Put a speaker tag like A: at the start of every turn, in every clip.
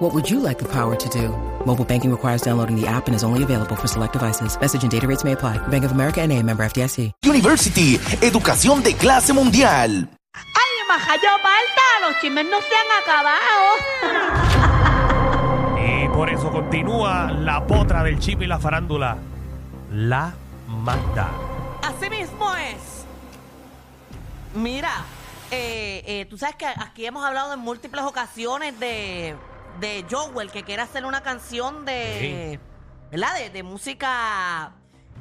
A: What would you like the power to do? Mobile banking requires downloading the app and is only available for select devices. Message and data rates may apply. Bank of America and a member FDIC.
B: University, educación de clase mundial.
C: ¡Ay, majayo Malta! ¡Los chismes no se han acabado!
D: Y por eso continúa la potra del chip y la farándula, la Magda.
C: Así mismo es. Mira, eh, eh, tú sabes que aquí hemos hablado en múltiples ocasiones de, de Joel, que quiere hacer una canción de. ¿Verdad? De, de música.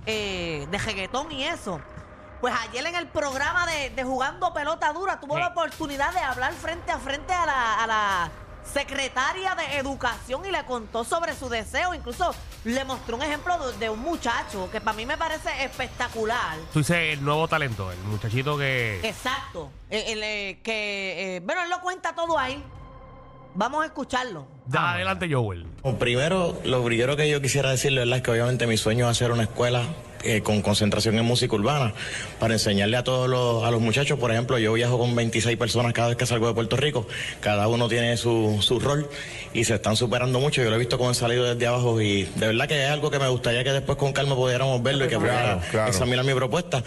C: eh, de reggaetón y eso. Pues ayer en el programa de, de Jugando Pelota Dura tuvo
D: Sí.
C: la oportunidad de hablar frente a frente a la, a la secretaria de Educación y le contó sobre su deseo. Incluso le mostró un ejemplo de, de un muchacho que para mí me parece espectacular.
D: Tú dices el nuevo talento, el muchachito que...
C: Exacto. Eh, el, eh, que, eh, bueno, él lo cuenta todo ahí. Vamos a escucharlo.
D: Da adelante, Joel.
E: Bueno, Primero, lo primero que yo quisiera decirle ¿verdad? es que obviamente mi sueño es hacer una escuela eh, con concentración en música urbana para enseñarle a todos los, a los muchachos. Por ejemplo, yo viajo con 26 personas cada vez que salgo de Puerto Rico. Cada uno tiene su, su rol y se están superando mucho. Yo lo he visto cómo han salido desde abajo y de verdad que es algo que me gustaría que después con calma pudiéramos verlo y que pudiera examinar mi propuesta.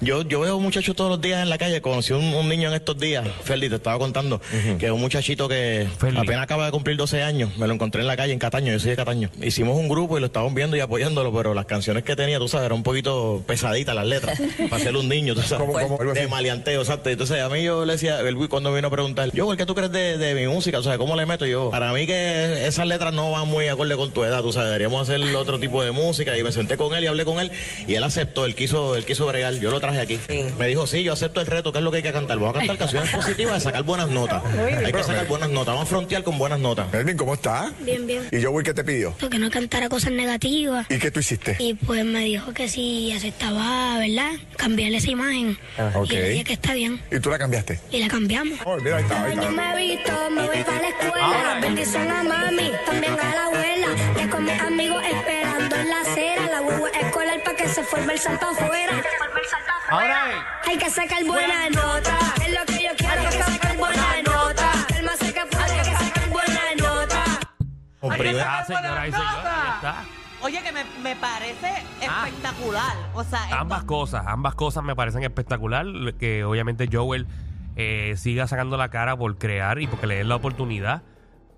E: Yo, yo veo muchachos todos los días en la calle. Conocí un, un niño en estos días, Ferdi, te estaba contando, que es un muchachito que
D: Ferdi.
E: apenas acaba de cumplir 12 años, me lo encontré en la calle en Cataño, yo soy de Cataño. Hicimos un grupo y lo estábamos viendo y apoyándolo, pero las canciones que tenía, tú sabes, eran un poquito pesaditas las letras, para ser un niño, tú sabes, de maleanteo, exacto. Entonces a mí yo le decía, el Wii cuando vino a preguntar, yo, ¿qué tú crees de, de mi música? O sea, ¿cómo le meto yo? Para mí que esas letras no van muy acorde con tu edad, tú sabes, deberíamos hacer otro tipo de música. Y me senté con él y hablé con él y él aceptó, él quiso, él quiso bregar, yo lo traje aquí. Me dijo, sí, yo acepto el reto, ¿qué es lo que hay que cantar? Vamos a cantar canciones positivas, sacar buenas notas. Hay que sacar buenas notas, vamos a frontear con buenas notas.
F: Melvin, ¿cómo estás?
G: Bien, bien.
F: ¿Y Joey qué te pidió?
G: Porque no cantara cosas negativas.
F: ¿Y qué tú hiciste?
G: Y pues me dijo que si aceptaba, ¿verdad? Cambiarle esa imagen.
F: ok.
G: Y le dije que está bien.
F: ¿Y tú la cambiaste?
G: Y la cambiamos.
F: Oh, mira, ahí está, ahí
H: Yo
F: está.
H: me visto, me voy para la escuela. Bendición a mami, también a la abuela. Que con mis amigos esperando en la acera. La huevo escolar para que se forme el salto afuera.
D: Ahora,
H: Hay que sacar buena nota. Es lo que yo quiero, hay que sacar buena nota. El más cerca puede, hay que sacar buena nota.
E: Con
D: ahí
E: primera-
D: está, señora y señor, ahí está.
C: Oye, que me, me parece
D: Ah.
C: espectacular. O sea, esto-
D: Ambas cosas, ambas cosas me parecen espectacular, que obviamente Joel eh, siga sacando la cara por crear y porque le den la oportunidad.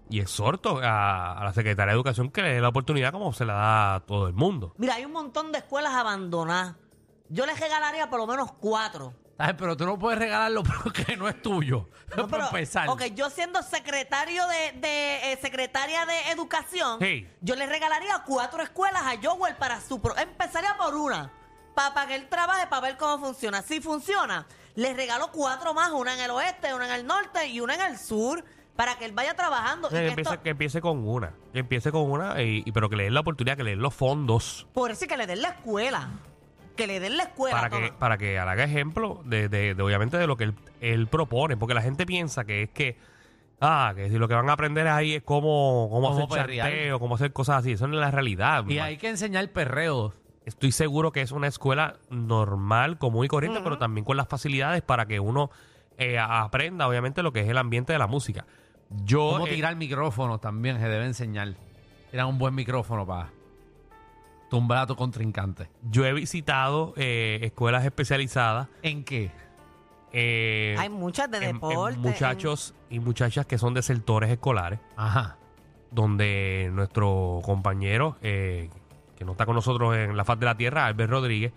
D: Y exhorto a, a la secretaria de Educación que le dé la oportunidad como se la da a todo el mundo.
C: Mira, hay un montón de escuelas abandonadas. Yo les regalaría por lo menos cuatro.
I: Ay, pero tú no puedes regalarlo porque no es tuyo.
C: No,
I: para
C: pero,
I: empezar.
C: ok, yo siendo secretario de, de, eh, secretaria de educación,
D: Sí.
C: yo le regalaría cuatro escuelas a Joel para su pro- empezaría por una para que él trabaje para ver cómo funciona. Si funciona, le regalo cuatro más, una en el oeste, una en el norte y una en el sur para que él vaya trabajando.
D: O
C: y
D: sea, que,
C: que
D: empiece,
C: esto-
D: que empiece con una, que empiece con una, y, y- pero que le den la oportunidad, que le den los fondos.
C: Por eso que le den la escuela, que le den la escuela.
D: para que
C: toma.
D: para que haga ejemplo de, de- de, obviamente de lo que él, él propone porque la gente piensa que es que ah que si lo que van a aprender ahí es cómo cómo,
I: Cómo
D: hacer
I: perrear.
D: charteo cómo hacer cosas así eso no es la realidad
I: y
D: ma.
I: hay que enseñar perreo.
D: estoy seguro que es una escuela normal común y corriente pero también con las facilidades para que uno eh, aprenda obviamente lo que es el ambiente de la música yo
I: Cómo
D: eh,
I: tirar micrófonos también se debe enseñar. Tirar un buen micrófono para tumbar a tu contrincante.
D: yo he visitado eh, escuelas especializadas
I: ¿En qué?
D: eh,
C: Hay muchas de
D: en- en
C: deporte. en-
D: muchachos y muchachas que son desertores escolares
I: Ajá.
D: donde nuestro compañero, eh, que no está con nosotros en la faz de la tierra, Albert Rodríguez,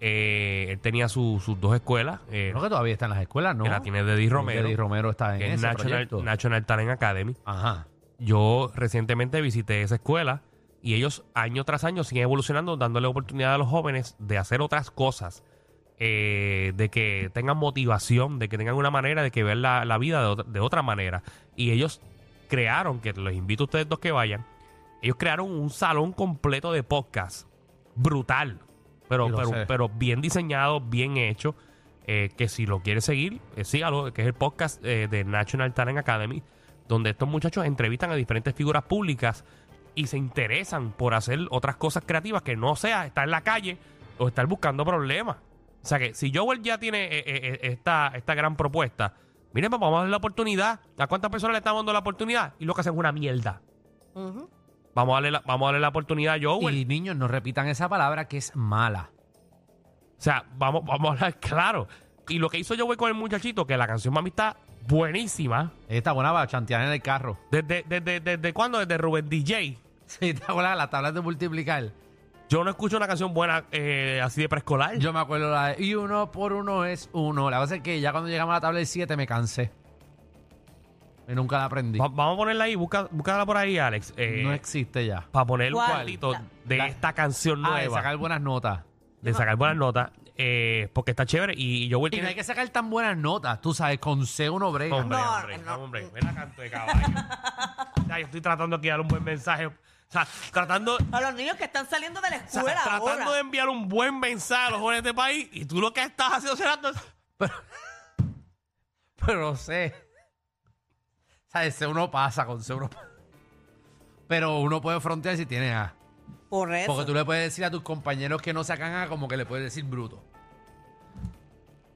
D: eh, él tenía su- sus dos escuelas, eh,
I: Creo que todavía está en las escuelas, ¿no?
D: que la tiene Deddy Romero,
I: Eddie Romero está en
D: que es
I: ese
D: National,
I: proyecto.
D: National Talent Academy.
I: Ajá.
D: Yo recientemente visité esa escuela y ellos año tras año siguen evolucionando, dándole oportunidad a los jóvenes de hacer otras cosas, eh, de que tengan motivación, de que tengan una manera de que ver la, la vida de otra, de otra manera. Y ellos crearon, que les invito a ustedes dos que vayan, ellos crearon un salón completo de podcast. Brutal. Pero,
I: Y lo
D: pero,
I: sé.
D: pero bien diseñado, bien hecho. eh, que si lo quieres seguir, eh, sígalo, que es el podcast eh, de National Talent Academy, donde estos muchachos entrevistan a diferentes figuras públicas y se interesan por hacer otras cosas creativas que no sea estar en la calle o estar buscando problemas. O sea que si Joel ya tiene eh, eh, eh, esta, esta gran propuesta, miren, papá, vamos a darle la oportunidad. ¿A cuántas personas le estamos dando la oportunidad? Y lo que hacen es una mierda.
C: Ujú.
D: Vamos a darle la, vamos a darle la oportunidad a Joel.
I: Y niños, no repitan esa palabra que es mala.
D: O sea, vamos, vamos a hablar claro. Y lo que hizo Joel con el muchachito, que la canción Mami está buenísima.
I: Está buena para chantear en el carro.
D: ¿Desde, desde, desde cuándo? Desde Rubén DJ.
I: Sí, está buena la tabla de multiplicar.
D: Yo no escucho una canción buena eh, así de preescolar.
I: Yo me acuerdo la de y uno por uno es uno. La cosa es que ya cuando llegamos a la tabla del 7 me cansé. Y nunca la aprendí.
D: Va- vamos a ponerla ahí, busca, búscala por ahí, Alex. eh,
I: no existe ya.
D: para poner un
C: ¿Cuál?
D: cuadrito
C: La-
D: de
I: la-
D: esta canción
I: Ah, de
D: nueva.
I: sacar buenas notas.
D: de sacar buenas notas. eh, porque está chévere. Y, yo Joel
I: Y no
D: tiene
I: hay que sacar tan buenas notas. Tú sabes, con C uno brega.
D: Hombre,
C: No,
D: hombre,
C: no.
D: hombre, mira canto de caballo. o sea, yo estoy tratando aquí de dar un buen mensaje. O sea, tratando, o
C: A los niños que están saliendo de la
D: sea,
C: escuela
D: tratando de
C: ahora.
D: enviar un buen mensaje a los jóvenes de este país y tú lo que estás haciendo será...
I: Pero sé. ¿Sabes? C uno pasa, con C uno pasa. Pero uno puede frontear si tiene A.
C: Por eso.
I: Porque tú le puedes decir a tus compañeros que no sacan A como que le puedes decir bruto.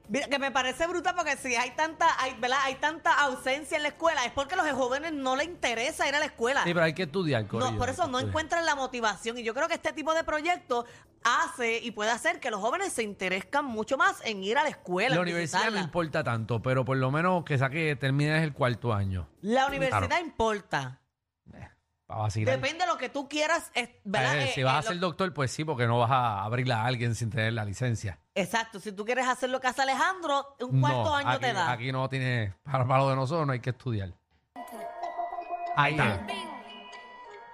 C: Mira, que me parece bruta porque si hay tanta, hay, ¿verdad? hay tanta ausencia en la escuela, es porque a los jóvenes no les interesa ir a la escuela.
I: Sí, pero hay que estudiar,
C: Ah. no,
I: corillo,
C: por
I: hay
C: eso
I: que
C: no
I: estudiar.
C: encuentran la motivación. Y yo creo que este tipo de proyectos hace y puede hacer que los jóvenes se interesen mucho más en ir a la escuela.
I: La
C: en
I: universidad no
C: visitarla.
I: importa tanto, pero por lo menos que saque termines el cuarto año.
C: La universidad
D: Claro.
C: importa.
I: Para vacilar.
C: Depende de lo que tú quieras. es- ¿verdad?
I: Eh,
C: Eh,
I: si
C: eh,
I: vas a
C: lo-
I: ser doctor, pues sí, porque no vas a abrirla a alguien sin tener la licencia.
C: Exacto. Si tú quieres hacer lo que hace Alejandro, un cuarto
I: no,
C: año
I: aquí,
C: te da.
I: Aquí no tiene para, para lo de nosotros, no hay que estudiar. Ahí es.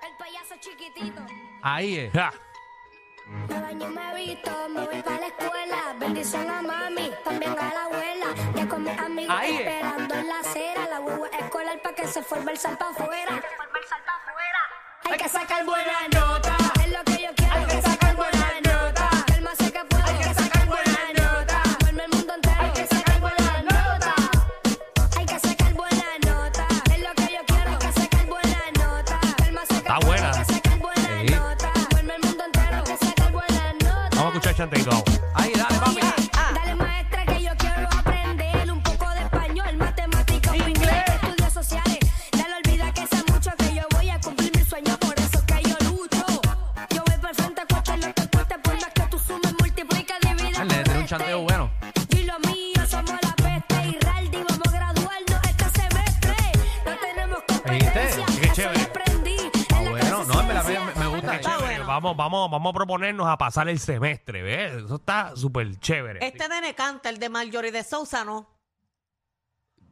H: El payaso chiquitito.
I: Ahí es.
D: Ja.
H: De baño me visto, me voy para la escuela. Bendición a mami, también a la abuela. Ya con mis amigos
I: Ahí es.
H: esperando en la acera. La huevo escolar para que se forme el sal pa' afuera. Hay que sacar buena nota. Es lo que yo quiero. Hay que sacar buena nota. El más sé que puedo. Hay que sacar buena nota. Vuelve el mundo entero. Hay que sacar buena nota. Hay que sacar buena nota. Es lo que yo quiero. Hay que sacar buena nota. El más sé que
D: Está
H: puedo.
D: buena.
H: Hay que sacar buena
I: Sí.
H: nota. Vuelve el mundo entero. Hay que sacar buena nota.
D: Vamos a escuchar el chanteito ahora.
I: Ahí, dale, papi.
H: Dale maestra que yo quiero aprender un poco de español, matemáticas, inglés, estudios sociales. Dale olvida que sea mucho que yo voy a cumplir mi sueño, por eso es que yo lucho. Yo voy para frente, cuesta lo que cueste, por más que tú sumes, multiplica, divide.
I: Dale, tiene un chanteo bueno.
H: Y lo mío somos la peste y Raldi, vamos a graduarnos este semestre. No tenemos competencia,
I: ¿Viste?
D: Qué
H: eso
D: chévere.
H: lo aprendí.
I: Está
H: en la
I: Ah, bueno.
H: clase
I: No, en verdad,
H: ciencia.
I: me, me gusta.
C: Está
D: Chévere,
C: bueno.
D: Vamos, vamos, vamos a proponernos a pasar el semestre, ¿ves? Eso está súper chévere.
C: Este nene canta, el de Marjorie de Sousa, ¿no?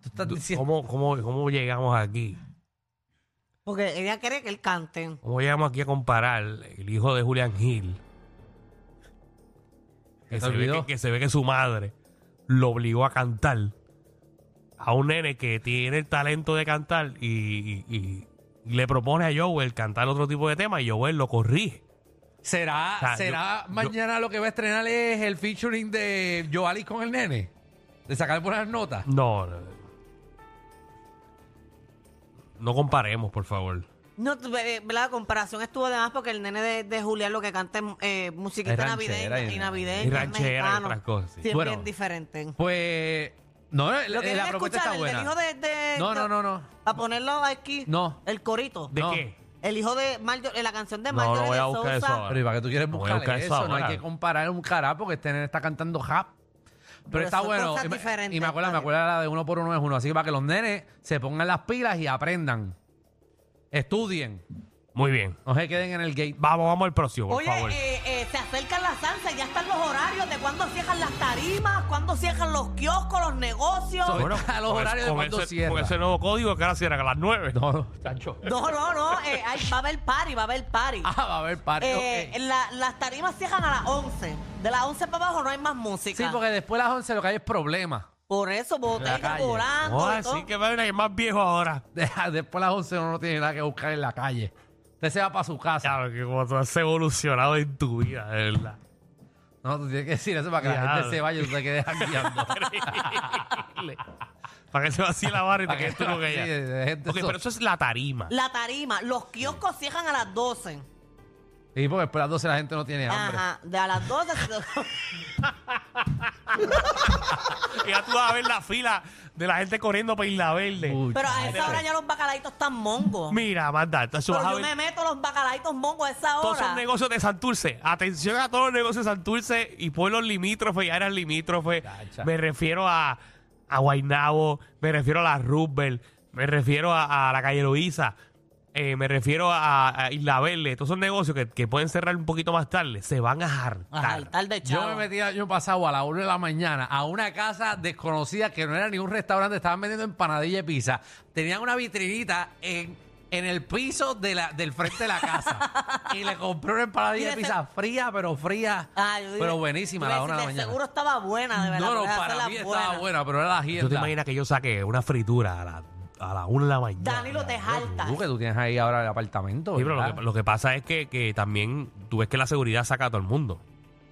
I: Tú estás diciendo-
D: ¿Cómo, cómo, ¿Cómo llegamos aquí?
C: Porque ella quiere que él cante.
D: ¿Cómo llegamos aquí a comparar el hijo de Julián Gil? Que
I: ¿Se te
D: se, ve
I: olvidó?
D: que, que se ve que su madre lo obligó a cantar a un nene que tiene el talento de cantar y, y- y- y le propone a Joel cantar otro tipo de tema y Joel lo corrige.
I: ¿Será,
D: oh. O sea,
I: será
D: yo- yo-
I: mañana lo que va a estrenar es el featuring de Joalis con el nene? De sacar buenas notas.
D: No, no. No comparemos, por favor.
C: No, tú, eh, la comparación estuvo de más porque el nene de, de Julián lo que canta es eh, musiquita
I: Es ranchera
C: navideña
I: y-
C: y, navideña.
D: y
C: es
D: ranchera y
C: mexicano.
D: otras cosas, sí.
C: Sí, es
I: Bueno.
C: bien diferente.
I: Pues. No, la,
C: Lo que
I: la
C: la
I: propuesta
C: escuchar,
I: está
C: el
I: buena.
C: del hijo de, de-
I: No,
C: de-
I: no, no, no.
C: Para ponerlo aquí.
I: No.
C: El corito.
D: ¿De
I: No.
D: qué?
C: El hijo de Marjo- eh, la canción de
D: No, no
C: Marjorie
D: voy
C: de
D: a buscar eso
C: Sousa.
D: ahora.
I: Pero ¿y para qué tú quieres
D: No voy a
I: buscar,
D: buscar
I: eso?
D: eso
I: No hay
D: ahora.
I: que comparar un carajo porque este nene está cantando rap. Pero,
C: Pero
I: está
C: son
I: bueno.
C: cosas
I: Y me,
C: diferentes,
I: y me acuerdo, me
C: vale.
I: acuerdo de la de uno por uno es uno. Así que para que los nenes se pongan las pilas y aprendan. Estudien.
D: Muy bien.
I: No se queden en el gate.
D: Vamos, vamos al próximo, por
C: Oye,
D: favor.
C: eh, eh, se acercan las salsas, ya están los horarios de cuándo cierran las tarimas, cuándo cierran los kioscos, los negocios.
I: Soy- a los
D: con
I: horarios
D: ese-
I: de
D: con
I: cuando
D: ese-
I: cierra.
D: Con ese nuevo código que ahora cierra a las 9.
I: No, no, chancho.
C: No, no, no. eh, ay, va a haber party, va a haber party.
I: Ah, va a haber party.
C: Eh,
I: ok.
C: la- las tarimas cierran a las 11. De las 11 para abajo no hay más música.
I: Sí, porque después de las 11 lo que hay es problemas.
C: Por eso, botellas
I: calle.
C: volando.
D: Oh,
C: de
D: así
C: todo.
D: que va a venir más viejo ahora.
I: Deja- Después de las 11 uno no tiene nada que buscar en la calle. Usted se va para su casa.
D: Claro, que como tú has evolucionado en tu vida, de verdad.
I: No, tú tienes que decir eso para que la
D: Diablo.
I: gente se vaya y tú te quedes jangueando.
D: Para que se vacíe la barra y te
I: Para
D: quedes
I: que
D: tú con
I: sí, de- de
D: ella.
I: gente
D: Ok,
I: so-
D: pero eso es la tarima.
C: La tarima, los kioscos cierran a las 12.
I: Y porque después de las 12 la gente no tiene hambre.
C: Ajá, de a las 12. se-
D: Y ya tú vas a ver la fila de la gente corriendo para Isla Verde.
I: Uy,
C: pero a
I: madre.
C: esa hora ya los bacalaitos están mongos.
D: Mira, manda, entonces
C: Pero
D: vas a
C: yo me
D: ver
C: meto los bacalaitos mongos a esa
D: todos esos
C: hora.
D: negocios de Santurce. Atención a todos los negocios de Santurce y pueblos limítrofes y áreas limítrofes.
I: Chacha.
D: Me refiero a, a Guaynabo, me refiero a la Roosevelt, me refiero a, a la calle Luisa, eh, me refiero a, a Isla Verde. Todos esos negocios que, que pueden cerrar un poquito más tarde se van a hartar.
C: Ajá, el tal de
I: Yo me
C: chavo.
I: metí el año pasado a las 1 de la mañana a una casa desconocida que no era ni un restaurante, estaban vendiendo empanadilla y pizza. Tenían una vitrinita en, en el piso de la, del frente de la casa. y le compré una empanadilla de
C: Mira,
I: pizza fría, pero fría,
C: Ah, yo dije-
I: pero buenísima
C: yo
I: a las
C: iba
I: 1 de la
C: decir, de
I: mañana.
C: Seguro estaba buena, de verdad.
I: no, no,
C: porque esas
I: para
C: las
I: mí estaba
C: buenas.
I: buena, pero era la
D: ¿Tú te
I: mierda.
D: imaginas que yo saque una fritura a la, a la una de la mañana?
C: Danilo, te jaltas.
I: Tú que tú tienes ahí ahora el apartamento.
D: Sí, pero lo
I: ¿verdad?
D: que, lo que pasa es que, que también tú ves que la seguridad saca a todo el mundo.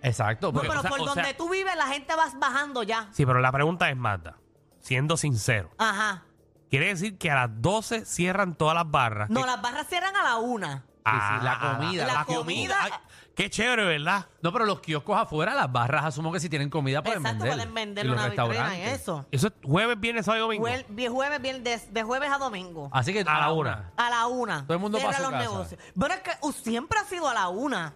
I: Exacto.
C: No,
I: porque-
C: pero
D: o sea-
C: por
D: o sea-
C: donde tú vives, la gente vas bajando ya.
D: Sí, pero la pregunta es, Magda, siendo sincero,
C: Ajá.
D: quiere decir que a las 12 cierran todas las barras.
C: No,
D: Que-
C: las barras cierran a la una.
D: Ah,
I: sí, la comida,
C: la
D: La,
C: comida.
D: comida. Ay, qué chévere, ¿verdad?
I: No, pero los kioscos afuera, las barras, asumo que si tienen comida pueden
C: Exacto,
I: vender.
C: pueden
I: Y
C: venderle
I: los
C: una vitrina y
I: restaurantes.
C: eso.
D: Eso es jueves, viernes, sábado y domingo.
C: Juel- vie- jueves, bien, de, de jueves a domingo.
I: Así que
D: A la una.
C: A la una.
I: Ah. Todo el mundo
C: Cierra
I: pa' su
C: los
I: casa.
C: negocios. Pero es que uh, siempre ha sido a la una.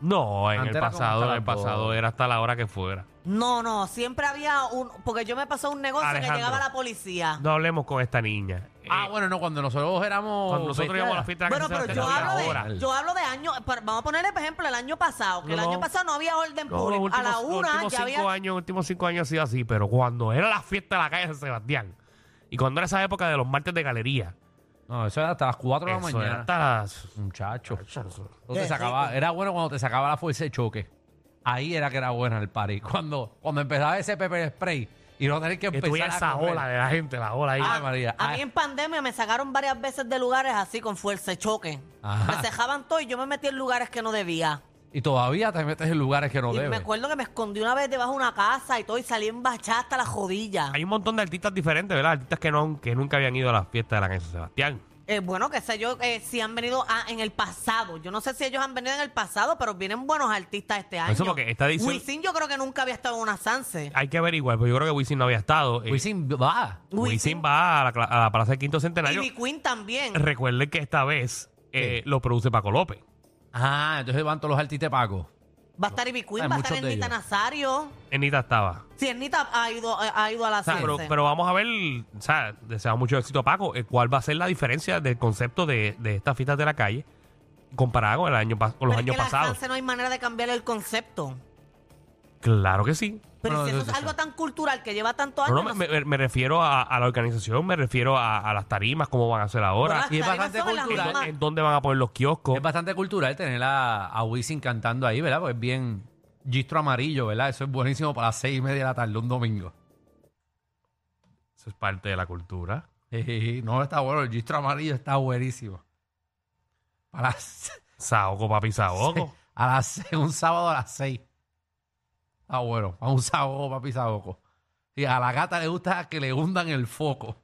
D: No, en
I: Antes
D: el
I: era como
D: pasado,
I: hasta
D: en el
I: las dos.
D: pasado era hasta la hora que fuera.
C: No, no, siempre había un... Porque yo me pasó un negocio
D: Alejandro.
C: que llegaba la policía.
D: No hablemos con esta niña.
I: Ah,
D: Eh,
I: bueno, no, cuando nosotros éramos.
D: cuando nosotros íbamos a la fiesta de la
C: Bueno,
D: Casa
C: pero
D: de
C: yo
D: la Tela,
C: hablo,
D: ahora.
C: de, yo hablo de años. pero Vamos a ponerle, por ejemplo, el año pasado. Que
D: No,
C: el año
D: no.
C: pasado no había orden
D: No, los
C: público.
D: últimos,
C: a la
D: los
C: una
D: últimos
C: ya
D: cinco
C: había...
D: años, los últimos cinco años ha sido así, pero cuando era la fiesta de la calle de Sebastián y cuando era esa época de los martes de galería,
I: No, eso era hasta las 4 de la
D: eso era
I: mañana.
D: hasta las-
I: Muchacho. No te sacaba- era bueno cuando te sacaba la fuerza de choque. Ahí era que era buena el party. Cuando, cuando empezaba ese pepper spray y no tener que
D: que
I: empezar.
D: tuviera
I: a
D: esa
I: correr.
D: ola de la gente, la ola ahí.
I: Ah, María.
C: A mí en pandemia me sacaron varias veces de lugares así con fuerza de choque.
I: Ajá.
C: Me cejaban todo y yo me metí en lugares que no debía.
I: Y todavía te metes en lugares que no
C: y me
I: debes.
C: acuerdo que me escondí una vez debajo de una casa y todo y salí embachada hasta la rodilla.
D: Hay un montón de artistas diferentes, ¿verdad? Artistas que, no, que nunca habían ido a las fiestas de la calle de Sebastián.
C: Eh, bueno, qué sé yo, eh, si han venido a- en el pasado. Yo no sé si ellos han venido en el pasado, pero vienen buenos artistas este año.
D: Eso porque esta edición-
C: Wisin yo creo que nunca había estado en una Sanse.
D: Hay que averiguar, porque yo creo que Wisin no había estado. Eh,
I: Wisin va.
D: Wisin va a la, cla- a la Plaza del Quinto
C: Y
D: Centenario.
C: B. Queen también.
D: Recuerden que esta vez eh, lo produce Paco López.
I: Ah, entonces van todos los artistas pagos.
C: Va a estar Ivy
I: Hay
C: Queen, va a estar
I: muchos de
C: Ernita
I: ellos.
C: Nazario.
D: Enita estaba.
C: Si Ernita ha ido, eh, ha ido a la
D: O sea,
C: Sanse.
D: pero, pero vamos a ver, o sea, deseamos mucho éxito a Paco, eh, cuál va a ser la diferencia del concepto de, de estas fiestas de la calle comparada con, el año, pas- con los
C: Pero es que
D: años
C: la
D: pasados.
C: Sanse no hay manera de cambiar el concepto.
D: Claro que sí.
C: Pero si
I: Bueno,
C: eso
I: no,
C: es
I: no,
C: algo
I: no.
C: tan cultural que lleva tanto
D: No,
C: años.
D: no, me, me- me refiero a, a la organización, me refiero a, a las tarimas, cómo van a ser ahora,
I: y es bastante
D: en,
I: cultural.
D: dó- en dónde van a poner los kioscos.
I: Es bastante cultural tener a, a Wisin cantando ahí, ¿verdad? Porque es bien gistro amarillo, ¿verdad? Eso es buenísimo para las seis y media de la tarde un domingo.
D: Eso es parte de la cultura.
I: Jejeje, No, está bueno. El gistro amarillo está buenísimo. Para las-
D: Saoco, papi, saoco.
I: a las seis, un sábado a las seis. Está bueno. A un sábado, papi, saoco. Y a la gata le gusta que le hundan el foco.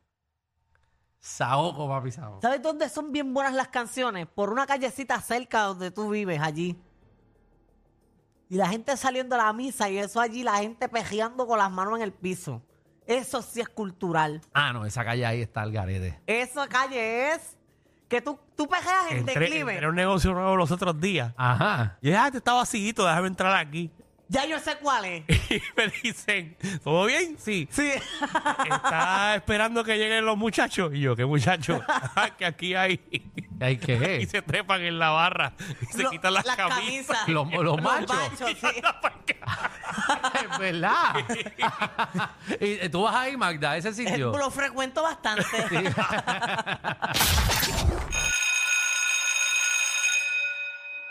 I: Saoco, papi, saoco.
C: ¿Sabes dónde son bien buenas las canciones? Por una callecita cerca donde tú vives, allí. Y la gente saliendo a la misa y eso allí, la gente pejeando con las manos en el piso. Eso sí es cultural.
I: Ah, no, esa calle ahí está el garete.
C: Esa calle es que tú, tú pejeas en
D: Entré,
C: declive.
D: entré a un negocio nuevo los otros días.
I: Ajá.
D: Y ya, te está vacío, déjame entrar aquí.
C: Ya yo sé cuál es.
D: Y me dicen, ¿todo bien? Sí.
C: Sí.
D: Está esperando que lleguen los muchachos. Y yo, ¿qué muchachos? Ah, que aquí hay.
I: ¿Hay que
D: Y se trepan en la barra. Y se
C: Lo-
D: quitan las, camisas.
I: Los, los machos.
C: sí.
I: Es verdad. y eh, tú vas ahí, Magda, a ese sitio.
C: Lo frecuento bastante.